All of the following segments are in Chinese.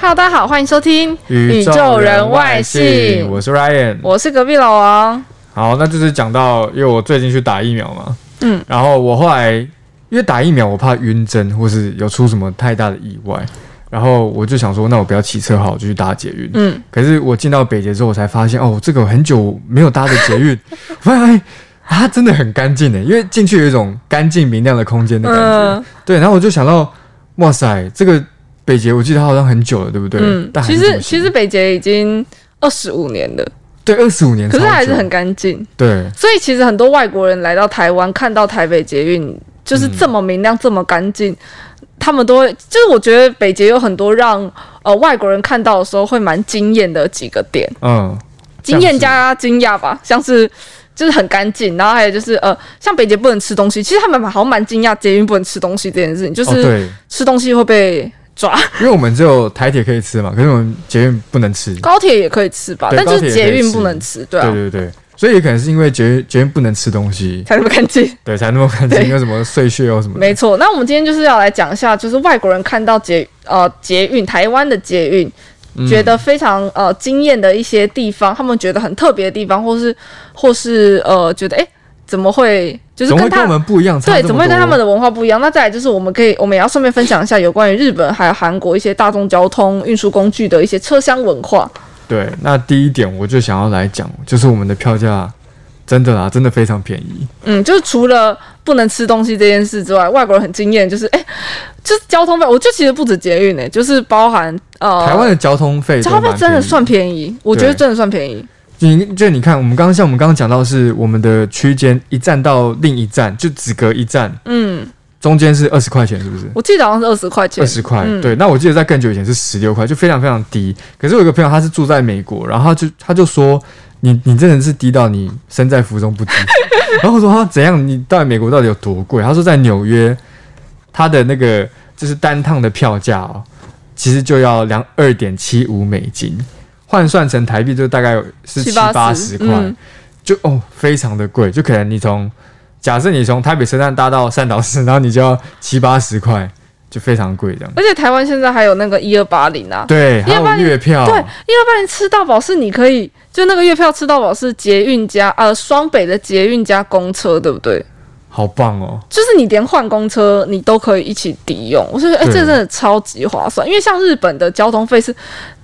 Hello，大家好，欢迎收听《我是 Ryan。我是隔壁老王。好，那就是讲到，因为我最近去打疫苗嘛，嗯，然后我后来因为打疫苗，我怕晕针或是有出什么太大的意外，然后我就想说，那我不要骑车好，我就去搭捷运。嗯，可是我进到北捷之后，我才发现哦，这个很久没有搭的捷 运，我发现哎它真的很干净的，欸因为进去有一种干净明亮的空间的感觉。嗯对，然后我就想到，哇塞，这个北捷我记得它好像很久了，对不对？嗯，但还其是这实么其新实北捷已经二十五年了，对二十五年超久，可是它还是很干净。对。所以其实很多外国人来到台湾，看到台北捷运嗯就是这么明亮、这么干净，他们都会就是我觉得北捷有很多让呃外国人看到的时候会蛮惊艳的几个点。嗯，惊艳加惊讶吧，像是就是很干净，然后还有就是呃，像北捷不能吃东西，其实他们好像蛮惊讶捷运不能吃东西这件事情，就哦是对，吃东西会被 抓，因为我们只有台铁可以吃嘛，可是我们捷运不能吃。高铁也可以吃吧，对但就高铁是也可以捷吃运不能吃，对啊，对对对，所以也可能是因为捷运捷运不能吃东西，才那么干净，对，才那么干净，对因为什么碎屑哦什么的。没错。那我们今天就是要来讲一下，就是外国人看到捷呃捷运台湾的捷运，嗯觉得非常呃惊艳的一些地方，他们觉得很特别的地方，或是或是呃觉得诶怎么会就是总会跟跟他我们不一样，差对，这怎么么会跟他们多的文化不一样？那再来就是，我们可以，我们也要顺便分享一下有关于日本还有韩国一些大众交通运输工具的一些车厢文化。对？那第一点我就想要来讲，就是我们的票价真的啦，真的非常便宜。嗯，就是除了不能吃东西这件事之外，外国人很惊艳，就是哎、就是交通费，我就其实不止捷运呢、欸就是包含呃，台湾的交通费都交通费蛮真的便宜算便宜，我觉得对真的算便宜。你就你看，我们刚刚像我们刚刚讲到是我们的区间一站到另一站，就只隔一站，嗯，中间是二十块钱，是不是？我记得好像是二十块钱二，十块，嗯对。那我记得在更久以前是十六块，就非常非常低。可是我有一个朋友，他是住在美国，然后他就他就说，你你真的是低到你身在福中 不知。然后我说他怎样？你到底美国到底有多贵？他说在纽约，他的那个就是单趟的票价哦，其实就要两二点七五美金，换算成台币就大概有是七八十块，嗯就哦非常的贵，就可能你从。假设你从台北车站搭到善导市，然后你就要七八十块，就非常贵这样。而且台湾现在还有那个一二八零啊，对，还 要不有然月票，对，因为不然吃到饱是你可以，就那个月票吃到饱是捷运加呃双北的捷运加公车，对不对？好棒哦！就是你连换公车你都可以一起抵用，我就觉得哎、对这真的超级划算。因为像日本的交通费是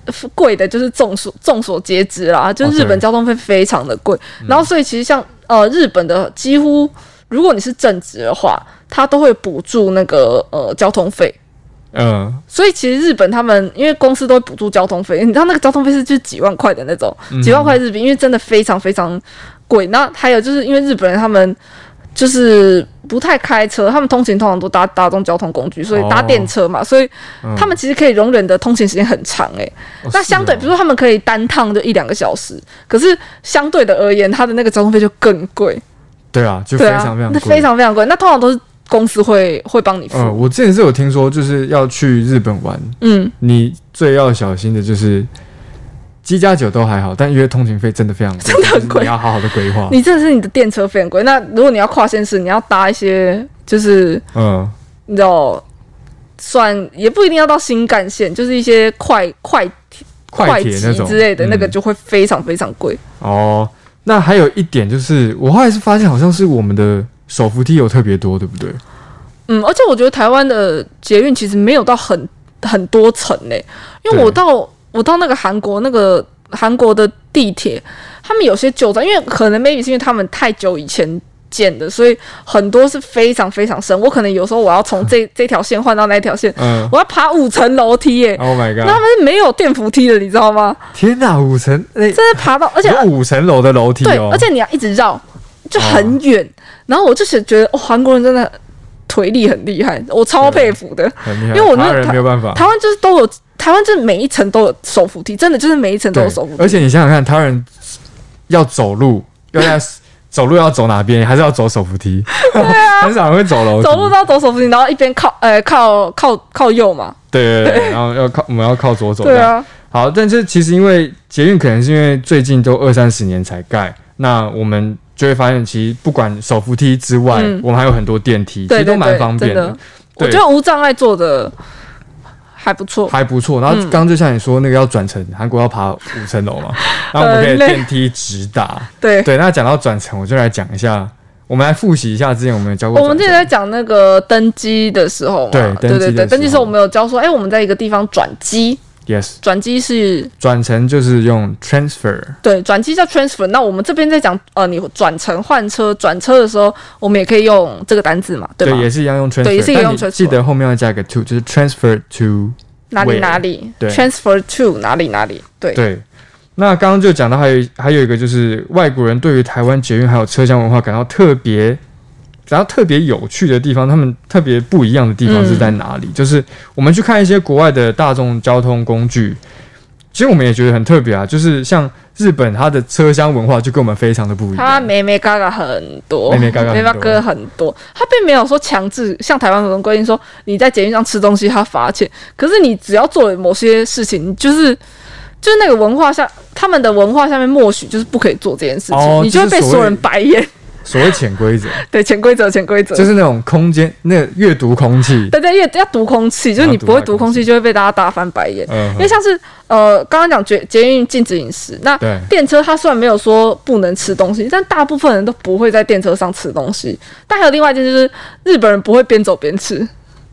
呃贵的，就是众所众所皆知啦，就是日哦对嗯本交通费非常的贵。然后所以其实像呃日本的几乎，如果你是正职的话，它都会补助那个呃交通费。嗯，所以其实日本他们因为公司都会补助交通费，你知道那个交通费是就是几万块的那种，嗯几万块日币，因为真的非常非常贵。那还有就是因为日本人他们就是不太开车，他们通勤通常都搭大众交通工具，所以搭哦电车嘛，所以嗯他们其实可以容忍的通勤时间很长诶、哦那是相对，哦比如说他们可以单趟就一两个小时，可是相对的而言，他的那个交通费就更贵，对啊，就非对啊常非，常那贵，非常非常贵。那通常都是公司会会帮你付，嗯，我之前是有听说，就是要去日本玩，嗯你最要小心的就是机加酒都还好，但约通勤费真的非常贵， 真的很就是贵你要好好的规划。你这是你的电车费很贵。那如果你要跨县市，你要搭一些就是嗯，你知道，算也不一定要到新干线，就是一些快快快捷铁那种之类的，那个嗯就会非常非常贵。哦。那还有一点就是，我后来是发现好像是我们的手扶梯有特别多，对不对？嗯，而且我觉得台湾的捷运其实没有到很很多层嘞、因为对我到我到那个韩国那个韩国的地铁，他们有些旧站，因为可能 maybe 是因为他们太久以前。建的，所以很多是非常非常深。我可能有时候我要从这这条线换到那条线，嗯我要爬五层楼梯耶、 ，Oh my 那他 god！们是没有电扶梯的，你知道吗？天哪，五层，那真的爬到，而且啊有五层楼的楼梯对，哦啊而。且你要一直绕，就很远。然后我就是觉得，哦，韩国人真的腿力很厉害，我超佩服的。很厉害，因为我那他人没有办法。台湾就是都有，台湾就是每一层都有手扶梯，真的就是每一层都对有手扶，梯。而且你想想看，他人要走路，要 在走路要走哪边，还是要走手扶梯？ 很少人会走楼梯。啊走路都要走手扶梯，然后一边靠呃靠靠靠右嘛。对对对， 然后要靠我们要靠左走。对啊，好，但是其实因为捷运可能是因为最近都二三十年才盖，那我们就会发现，其实不管手扶梯之外，嗯我们还有很多电梯，其对实都对蛮对，方便真的，的。我对觉得无障碍做的还不错。还不错。然后刚刚就像你说，那个要转乘，韩国要爬五层楼 嘛，然后我们可以很累电梯直达。对，对，那讲到转乘，我就来讲一下，我们来复习一下之前我们有教过我转乘。们之前在讲那个登机的时候嘛，对登对机对的对，时登机时候候我们有教说，哎，我们在一个地方转机， yes 转机是转乘就是用 transfer，对，转机叫 transfer。那我们这边在讲呃，你转乘换车转车的时候，我们也可以用这个单字嘛，对吧？也是一样用 transfer，对也是一样用但你 transfer 记得后面要加个 to，就是 transfer to。哪里 where，哪里对，transfer to 哪里哪里，对对，那刚刚就讲到还有一还有一个就是外国人对于台湾捷运还有车厢文化感到特别。感到特别有趣的地方，他们特别不一样的地方是在哪嗯里？就是我们去看一些国外的大众交通工具，其实我们也觉得很特别啊。就是像日本，它的车厢文化就跟我们非常的不一他样。妹妹嘎嘎很多，嗯妹妹嘎嘎很多妹妹哥很多。他并没有说强制像台湾有种规定说你在捷运上吃东西他罚钱，可是你只要做了某些事情，你就是就是那个文化下他们的文化下面默许就是不可以做这件事情，哦你就会就是被所有所人谓 白眼。所谓潜规则， 对，潜规则，潜规则。就是那种空间，那个阅读空气。对对，因为要读空气，啊就是你不会读空气，就会被大家大翻白眼。嗯因为，像是呃，刚刚讲捷捷运禁止饮食，那对电车它虽然没有说不能吃东西，但大部分人都不会在电车上吃东西。但还有另外一件就是，日本人不会边走边吃，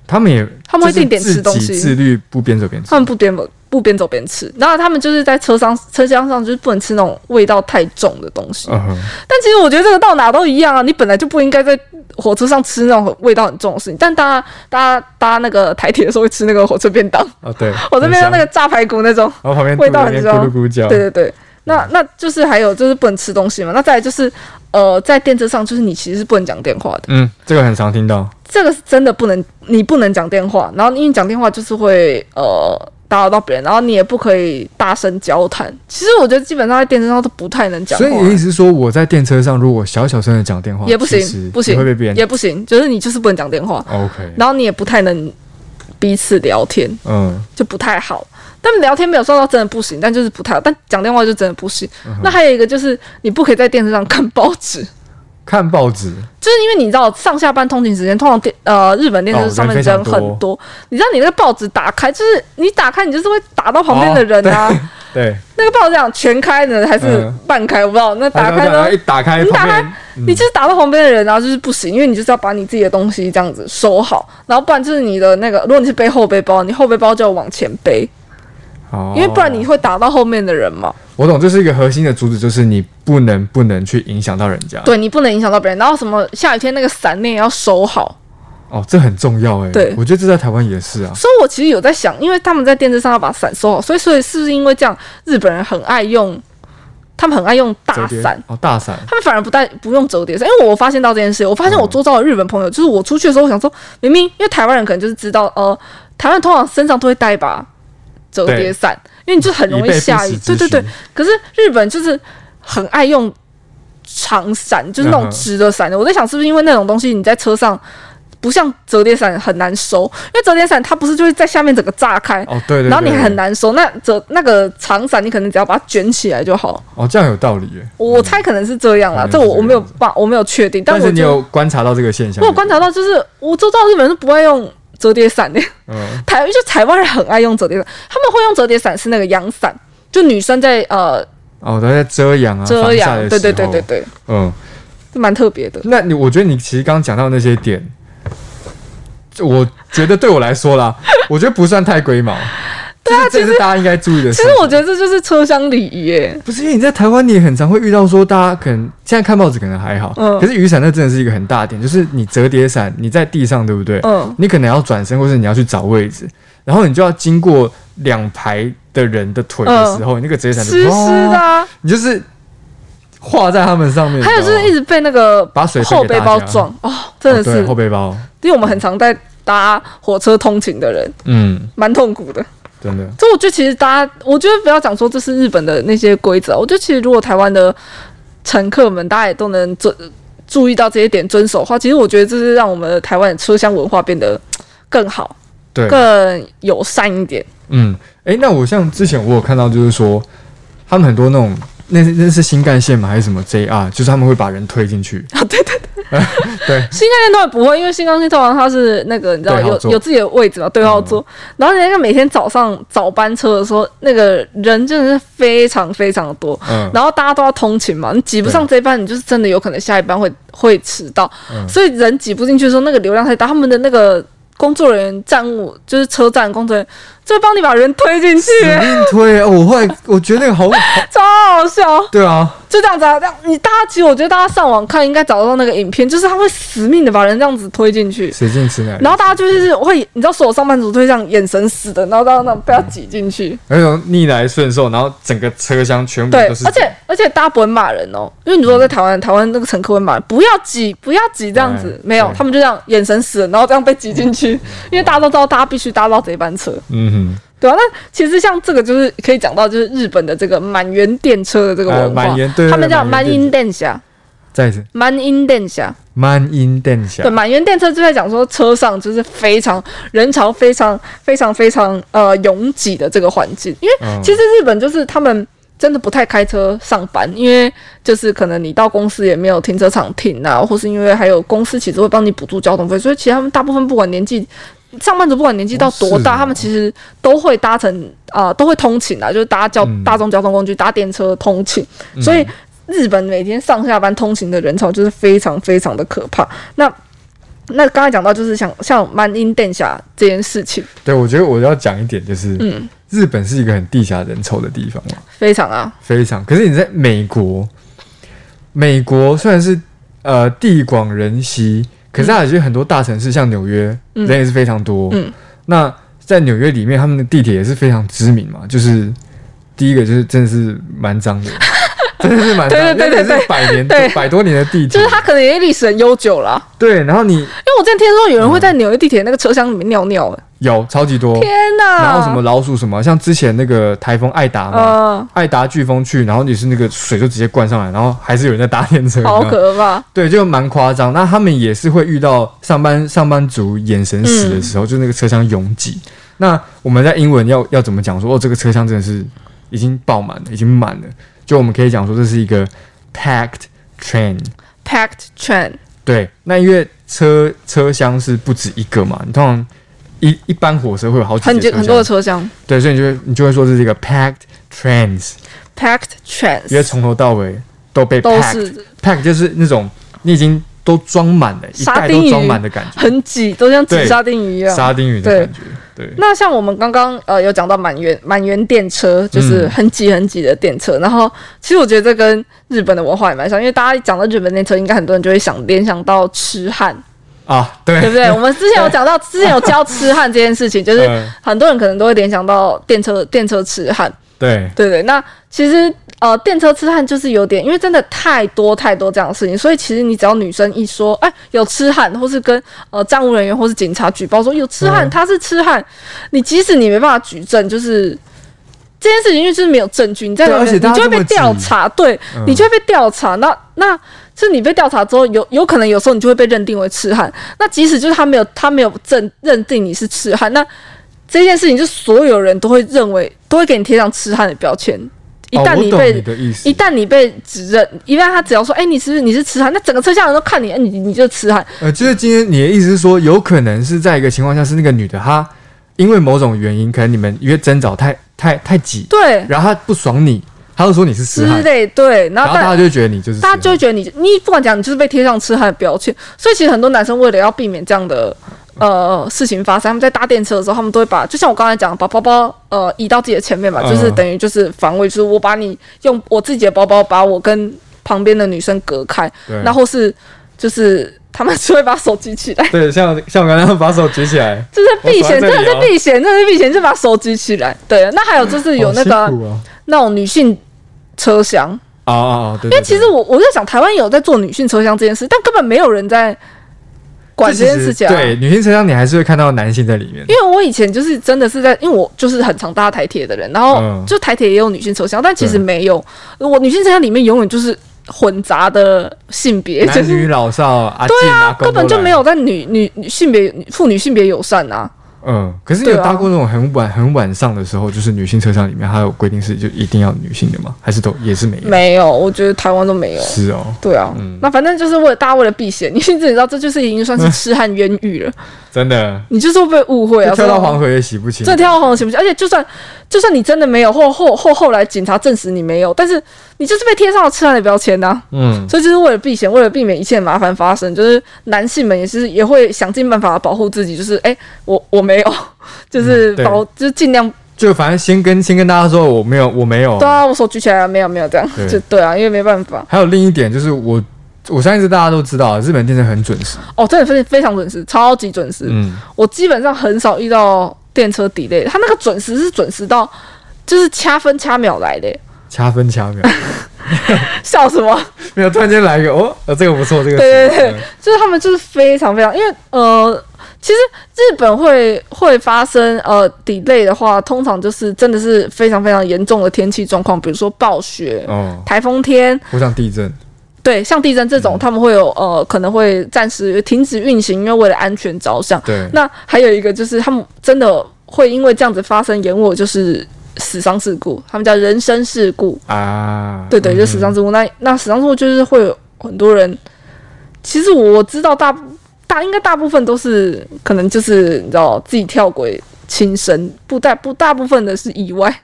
他们也他们会定点就是吃东自己西自律不边走边吃他。们不边不边走边吃，然后他们就是在车上车厢上就是不能吃那种味道太重的东西。嗯哼，但其实我觉得这个到哪都一样啊，你本来就不应该在火车上吃那种味道很重的事情。但大家大家搭那个台铁的时候会吃那个火车便当，哦对，火车便很当香那个炸排骨那种。然后旁边味道肚子很在那边重咕噜咕噜叫。对对对，那嗯那就是还有就是不能吃东西嘛。那再来就是呃，在电车上就是你其实是不能讲电话的，嗯，这个很常听到。这个是真的不能，你不能讲电话。然后因为讲电话就是会呃打扰到别人，然后你也不可以大声交谈。其实我觉得基本上在电车上都不太能讲话所以。你的意思是说，我在电车上如果小小声的讲电话，也不其实行，不行也会被别，人也不行，就是你就是不能讲电话， OK。然后你也不太能彼此聊天，嗯，就不太好。但聊天没有说到真的不行，但就是不太好。但讲电话就真的不行。嗯那还有一个就是，你不可以在电车上看报纸，看报纸，就是因为你知道上下班通勤时间，通常电呃日本电哦车上面人非常人多很多，你知道你那个报纸打开，就是你打开你就是会打到旁边的人啊。 对，那个报纸讲全开呢还是嗯半开，我不知道。那打开然呢后，一打开，你打嗯哎旁开边嗯你就是打到旁边的人，然后就是不行，因为你就是要把你自己的东西这样子收好，然后不然就是你的那个，如果你是背后背包，你后背包就要往前背，哦因为不然你会打到后面的人嘛。我懂，这是一个核心的主旨，就是你不能不能去影响到人家。对你不能影响到别人。然后什么下雨天那个伞你也要收好，哦，这很重要哎。对我觉得这在台湾也是啊。所以我其实有在想，因为他们在电车上要把伞收好，所以所以是不是因为这样，日本人很爱用，他们很爱用大折叠伞。哦，大伞，他们反而不带不用折叠伞，因为我发现到这件事，我发现我周遭的日嗯本朋友，就是我出去的时候，我想说，明明因为台湾人可能就是知道，呃，台湾通常身上都会带一把折叠伞，因为你就很容以易备不下雨时。之对对对需，可是日本就是很爱用长伞，就是嗯那种哼直的伞。我在想，是不是因为那种东西你在车上不像折叠伞很难收，因为折叠伞它不是就会在下面整个炸开，哦，对对对。然后你很对难收。那折那个长伞，你可能只要把它卷起来就好。哦，这样有道理耶。我猜可能是这样啦，嗯可能是这我这我没有样子办，我没有确定，但我是你就有观察到这个现象？我有观察到，就是我周遭的日本人是不爱用折叠伞的， 对不对，嗯，台就台湾人很爱用折叠伞，他们会用折叠伞是那个阳伞，就女生在呃哦，都在遮阳啊，遮防晒阳，的对对时对候对，对，嗯。这蛮特别的。那你我觉得你其实刚刚讲到那些点，就我觉得对我来说啦，我觉得不算太龟 毛。对啊，这是大家应该注意的事其实。我觉得这就是车厢礼仪耶，不是因为你在台湾，你也很常会遇到说，大家可能现在看报纸可能还好，嗯可是雨伞那真的是一个很大的点，就是你折叠伞你在地上，对不对？嗯你可能要转身，或是你要去找位置，然后你就要经过嗯两排的人的腿的时候，你那个折叠伞就湿湿的、啊，你就是画在他们上面。还有就是一直直被那个把水分后给背大包家撞哦，真的是对，后背包，因为我们很常在搭火车通勤的人，嗯，蛮痛苦的。真的，所以我觉得其实大家，我觉得不要讲说这是日本的那些规则，我觉得其实如果台湾的乘客们大家也都能遵注意到这些点遵守的话，其实我觉得这是让我们的台湾的车厢文化变得更好、对，更友善一点。嗯，诶，那我像之前我有看到，就是说他们很多那种。那是那是新干线嘛，还是什么 JR？就是他们会把人推进去， 啊，对对对， 对，新干线通常不会，因为新干线通常它是那个你知道对号有座嗯有自己的位置嘛，对号座。然后人家每天早上早班车的时候，那个人真的是非常非常的多。嗯，然后大家都要通勤嘛，你挤不上这一班，你就是真的有可能下一班会会迟到，嗯所以人挤不进去的时候，那个流量太大，他们的那个工作人员站务就是车站工作人员，就会帮你把人推进去，死命推。哦我后来我觉得那个好，超好笑，对啊，就这样子啊，这样你大家其实我觉得大家上网看应该找得到那个影片，就是他会死命的把人这样子推进去。谁进吃奶？然后大家就是会，你知道，所有上班族都会这样眼神死的，然后到那种被他挤进去。那种逆来顺受，然后整个车厢全部对嗯都是，而且而且大家不会骂人哦，因为你如果在台湾，台湾那个乘客会骂人，不要挤，不要挤这样子对，没有嗯对，他们就这样眼神死了，然后这样被挤进去，因为大家都知道大家必须搭到这一班车，嗯对吧、啊那其实像这个就是可以讲到就是日本的这个满员电车的这个呃文化，满员对对他们对叫满满员员电车，哼，再一次满员电车，慢音殿下对，，满员电车就在讲说车上就是非常人潮非常非常非常呃拥挤的这个环境，因为嗯其实日本就是他们真的不太开车上班，因为就是可能你到公司也没有停车场停啊，或是因为还有公司其实会帮你补助交通费，所以其实他们大部分不管年纪。上班族不管年纪到多大，哦是哦他们其实都会搭乘啊、呃都会通勤啊，就是搭交、嗯大众交通工具、搭电车通勤。所以日本每天上下班通勤的人潮就是非常非常的可怕。那那刚才讲到就是像像满英殿下这件事情，嗯对我觉得我要讲一点就是，嗯日本是一个很地下人稠的地方嘛，非常啊，非常。可是你在美国，美国虽然是呃地广人稀，可是它有些很多大城市，像纽约，嗯人也是非常多。嗯那在纽约里面，他们的地铁也是非常知名嘛，就是第一个就是真的是蛮脏 的，真的是蛮脏的，对对对对那个是百年对百多年的地就铁是，它可能也历史很悠久啦。对。然后你因为我之前听说有人会嗯在纽约地铁那个车厢里面尿尿、欸，有超级多，天啊哪！哦然后什么？老鼠什么，像之前那个台风艾达嘛。呃，艾达飓风去，然后你是那个水就直接灌上来，然后还是有人在搭电车，好你知道吗可怕！对，就蛮夸张。那他们也是会遇到上班上班族眼神死的时候，就那个车厢拥挤。那我们在英文要要怎么讲说？哦，这个车厢真的是已经爆满了，已经满了。就我们可以讲说这是一个 packed train。 Packed train，对，那因为车车厢是不止一个嘛，你通常一一般火车会有好几节车厢很久很多的车厢对，所以你就会你就会说这是一个 packed trains， ，packed 因为 trains 从头到尾都被都 packed 是 pack 就是那种你已经都装满了，一沙袋丁都鱼装满的感觉，很挤，都像挤对沙丁鱼一样。沙丁鱼的感觉。对，那像我们刚刚呃有讲到满员满员电车，就是嗯很挤很挤的电车。然后其实我觉得这跟日本的文化也蛮像，因为大家一讲到日本电车，应该很多人就会想联想到 痴汉，啊，对对不对？我们之前有讲 到，之前有教痴汉这件事情，就是嗯很多人可能都会联想到电车电车痴汉，对，对对。那其实呃，电车痴汉就是有点，因为真的太多太多这样的事情，所以其实你只要女生一说，哎，有痴汉，或是跟呃站务人员或是警察举报说有痴汉，嗯他是痴汉，你即使你没办法举证，就是。这件事情因为就是没有证据，你在对那而且边你大家就这会被么调急查，对，嗯你就会被调查。那那就是你被调查之后，有有可能有时候你就会被认定为痴汉。那即使就是他没有他没有证认定你是痴汉，那这件事情就所有人都会认为都会给你贴上痴汉的标签。一哦旦我你懂被、你的意思一，旦你被指认，一旦他只要说哎、你是不是你是痴汉，那整个车厢人都看你，哎、你你就是痴汉。呃，就是今天你的意思是说，有可能是在一个情况下是那个女的她因为某种原因，可能你们约争吵太太太挤，对然后她不爽你，她就说你是痴之汉，类对，然然后后但大家就会觉得你就是痴大汉家就会觉得你你不管讲，你就是被贴上痴汉的标签。所以其实很多男生为了要避免这样的呃事情发生，他们在搭电车的时候，他们都会把就像我刚才讲，把包包呃移到自己的前面嘛，嗯就是等于就是防卫，就是我把你用我自己的包包把我跟旁边的女生隔开，对然后是就是他们就会把手举起来， 对，像像我刚刚把手举起来，就是避嫌，我真手在这里哦的是避嫌，真的是避嫌，就哦把手举起来。对，那还有就是有那个好辛苦哦那种女性车厢。哦哦，对因为其实我我在想，台湾有在做女性车厢这件事，但根本没有人在管这件事情、啊。对，女性车厢你还是会看到男性在里面因。为我以前就是真的是在，因为我就是很常搭台铁的人，然后嗯就台铁也有女性车厢，但其实对没有。我女性车厢里面永远就是混杂的性别，就男是女老少，阿对啊根本就没。有在女女女性别妇女性别友善啊。嗯，可是你有对啊搭过那种很晚、很晚上的时候，就是女性车厢里面，它有规定是就一定要女性的吗？还是都也是没有？没有，我觉得台湾都没有。是哦，对啊，那反正就是为了大家为了避嫌， 你自己知道这就是已经算是痴汉冤狱了，真的，你就是会被误会啊。就跳到说黄河也洗不清。这跳到黄河行不行？而且就算就算你真的没有，或或或后来警察证实你没有，但是你就是被贴上了痴汉的标签呐、嗯，所以就是为了避嫌，为了避免一切麻烦发生，就是男性们也是也会想尽办法保护自己，就是哎、我我没有， 就是嗯对哦保、就是尽量就反正先跟先跟大家说，我没有，我没有对。啊，我手举起来啊没有没有这样，对就对啊，因为没办法还有另一点就是我。我相信是大家都知道，日本电车很准时。哦，真的非非常准时，超级准时，嗯，我基本上很少遇到电车 delay，它那个准时是准时到就是掐分掐秒来的耶，掐分掐秒， 笑什么？没有突然间来一个哦，呃这个不错，这个对对对就是他们就是非常非常，因为呃，其实日本会会发生呃 delay 的话，通常就是真的是非常非常严重的天气状况，比如说暴雪、哦，台风天，我想地震，对，像地震这种，他们会有呃可能会暂时停止运行，因为为了安全着想。对，那还有一个就是他们真的会因为这样子发生延误，就是死伤事故，他们叫人身事故。啊，对对，就嗯死伤之物。那那死伤之物就是会有很多人，其实我知道大大应该大部分都是可能就是你知道自己跳轨轻生，不大不大部分的是意外，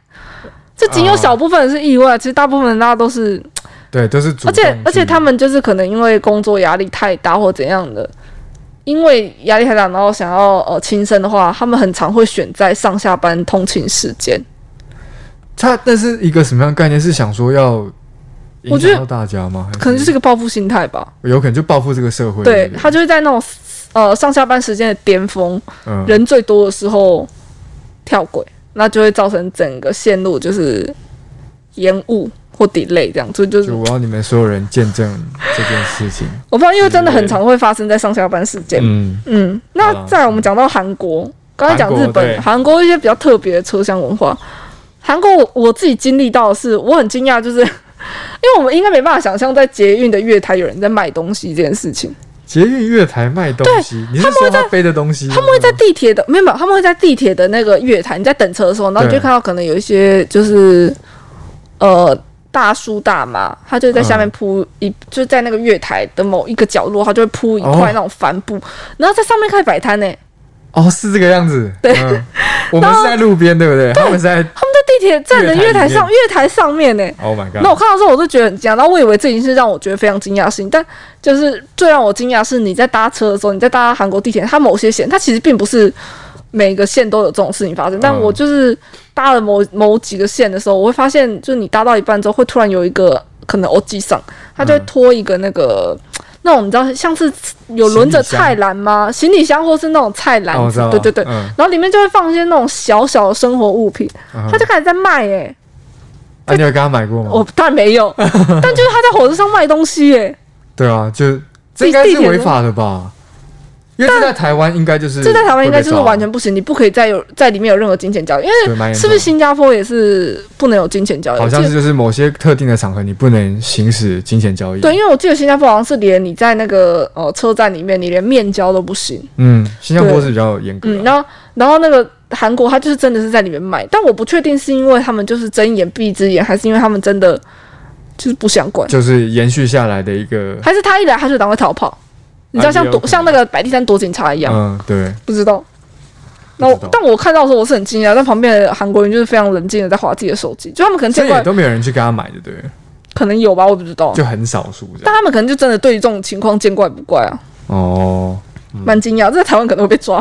这仅有啊小部分是意外，其实大部分大家都是，对，都是主而动去，且而且他们就是可能因为工作压力太大或怎样的。因为压力太大，然后想要呃轻生的话，他们很常会选在上下班通勤时间。他那是一个什么样的概念？是想说要我影觉得响到大家吗？还可能就是个报复心态吧。有可能就报复这个社会。对不他就会在那种呃上下班时间的巅峰，嗯，人最多的时候跳轨，那就会造成整个线路就是延误或 delay 这样，就就是就我要你们所有人见证这件事情。我不知道，因为真的很常会发生在上下班时间。嗯，嗯，好那啦嗯再来我们讲到韩国，刚才讲日韩国对本，韩国一些比较特别的车厢文化。韩国我我自己经历到的是，我很惊讶，就是 因为我们应该没办法想象在捷运的月台有人在卖东西这件事情。捷运月台卖东西，你是说他背的东西吗？他们会在地铁的，没有，没有他们会在地铁的那个月台，你在等车的时候，然后你对就看到可能有一些就是呃大叔大妈，他就在下面嗯铺一，就是在那个月台的某一个角落，他就会铺一块哦那种帆布，然后在上面开始摆摊呢。哦，是这个样子。对嗯，我们是在路边，对不对？他们是在他们在地铁站的月月台台里面上，月台上面呢。 Oh my 那我 God！看到之后，我就觉得很惊讶，然后我以为这已经是让我觉得非常惊讶的事情，但就是最让我惊讶的是，你在搭车的时候，你在搭韩国地铁，它某些线，它其实并不是每个线都有这种事情发生，但嗯我就是搭了某某几个线的时候，我会发现，就是你搭到一半之后，会突然有一个可能 O G 上，它就会嗯拖一个那个。那种你知道像是有轮着行李箱菜篮吗？行李箱或是那种菜篮哦我知子，道了对对对，嗯然后里面就会放一些那种小小的生活物品，嗯他就开始在卖哎、啊，你有跟他买过吗？我当然没有， 但就是他在火车上卖东西欸耶，对啊，就这地应该地是铁违的法的吧？因为这在台湾应该就是这在台湾应该会就是被抓完全不行，你不可以再有在里面有任何金钱交易，因对蛮严为重是不是新加坡也是不能有金钱交易？好像我是记得就是某些特定的场合你不能行使金钱交易。对，，因为我记得新加坡好像是连你在那个呃车站里面，你连面交都不行。嗯，新加坡是比较严格啊嗯，的。然后然后那个韩国他就是真的是在里面买，但我不确定是因为他们就是睁眼闭一只眼，还是因为他们真的就是不想管，就是延续下来的一个，还是他一来他就赶快逃跑。你知道啊像也有躲、可能像那个摆地摊躲警察一样，嗯，对，不知道。那我不知道但我看到的时候我是很惊讶，但旁边的韩国人就是非常冷静的在划自己的手机，就他们可能所见以怪也都没有人去跟他买，对不对了？可能有吧，我不知道。就很少数这但样。他们可能就真的对于这种情况见怪不怪啊，哦，蛮惊讶。这在台湾可能会被 抓，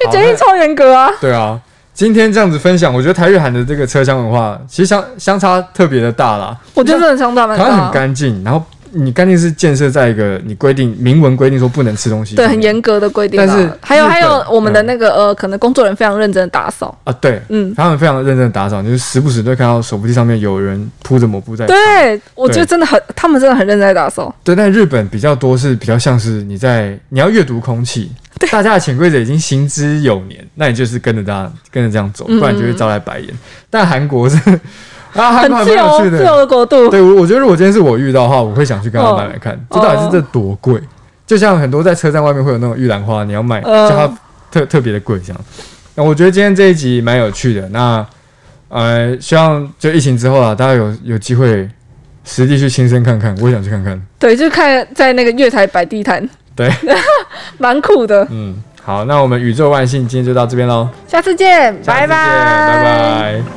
因为好检疫那超严格啊。对啊，今天这样子分享，我觉得台日韩的这个车厢文化其实相相差特别的大啦。我觉得真的相当蛮台湾大很啊。干净，然后你干净是建设在一个你规定明文规定说不能吃东西对上面，很严格的规定但是啊。还有日本还有我们的嗯那个呃，可能工作人员非常认真的打扫，啊，对，嗯，他们非常认真地打扫，就是时不时都会看到手扶梯上面有人铺着抹布在对，我觉得对真的很，他们真的很认真在打扫。对，但日本比较多是比较像是你在你要阅读空 气，大家的潜规则已经行之有年，那你就是跟着大家跟着这样走，不然你就会招来白眼。但韩国是啊，韩嗯很国还自蛮有由趣自的。由的国度， 对，我我觉得如果今天是我遇到的话，我会想去跟他哦买买看，这到底是这多贵？就像很多在车站外面会有那种玉兰花，你要买，嗯叫它特特别的贵这样。那我觉得今天这一集蛮有趣的。那呃，希望就疫情之后啊，大家有有机会实地去亲身看看，我也想去看看。对，就看在那个月台摆地摊，对，蛮酷的。嗯，好，那我们宇宙万幸今天就到这边喽，下次下见，次见拜拜拜。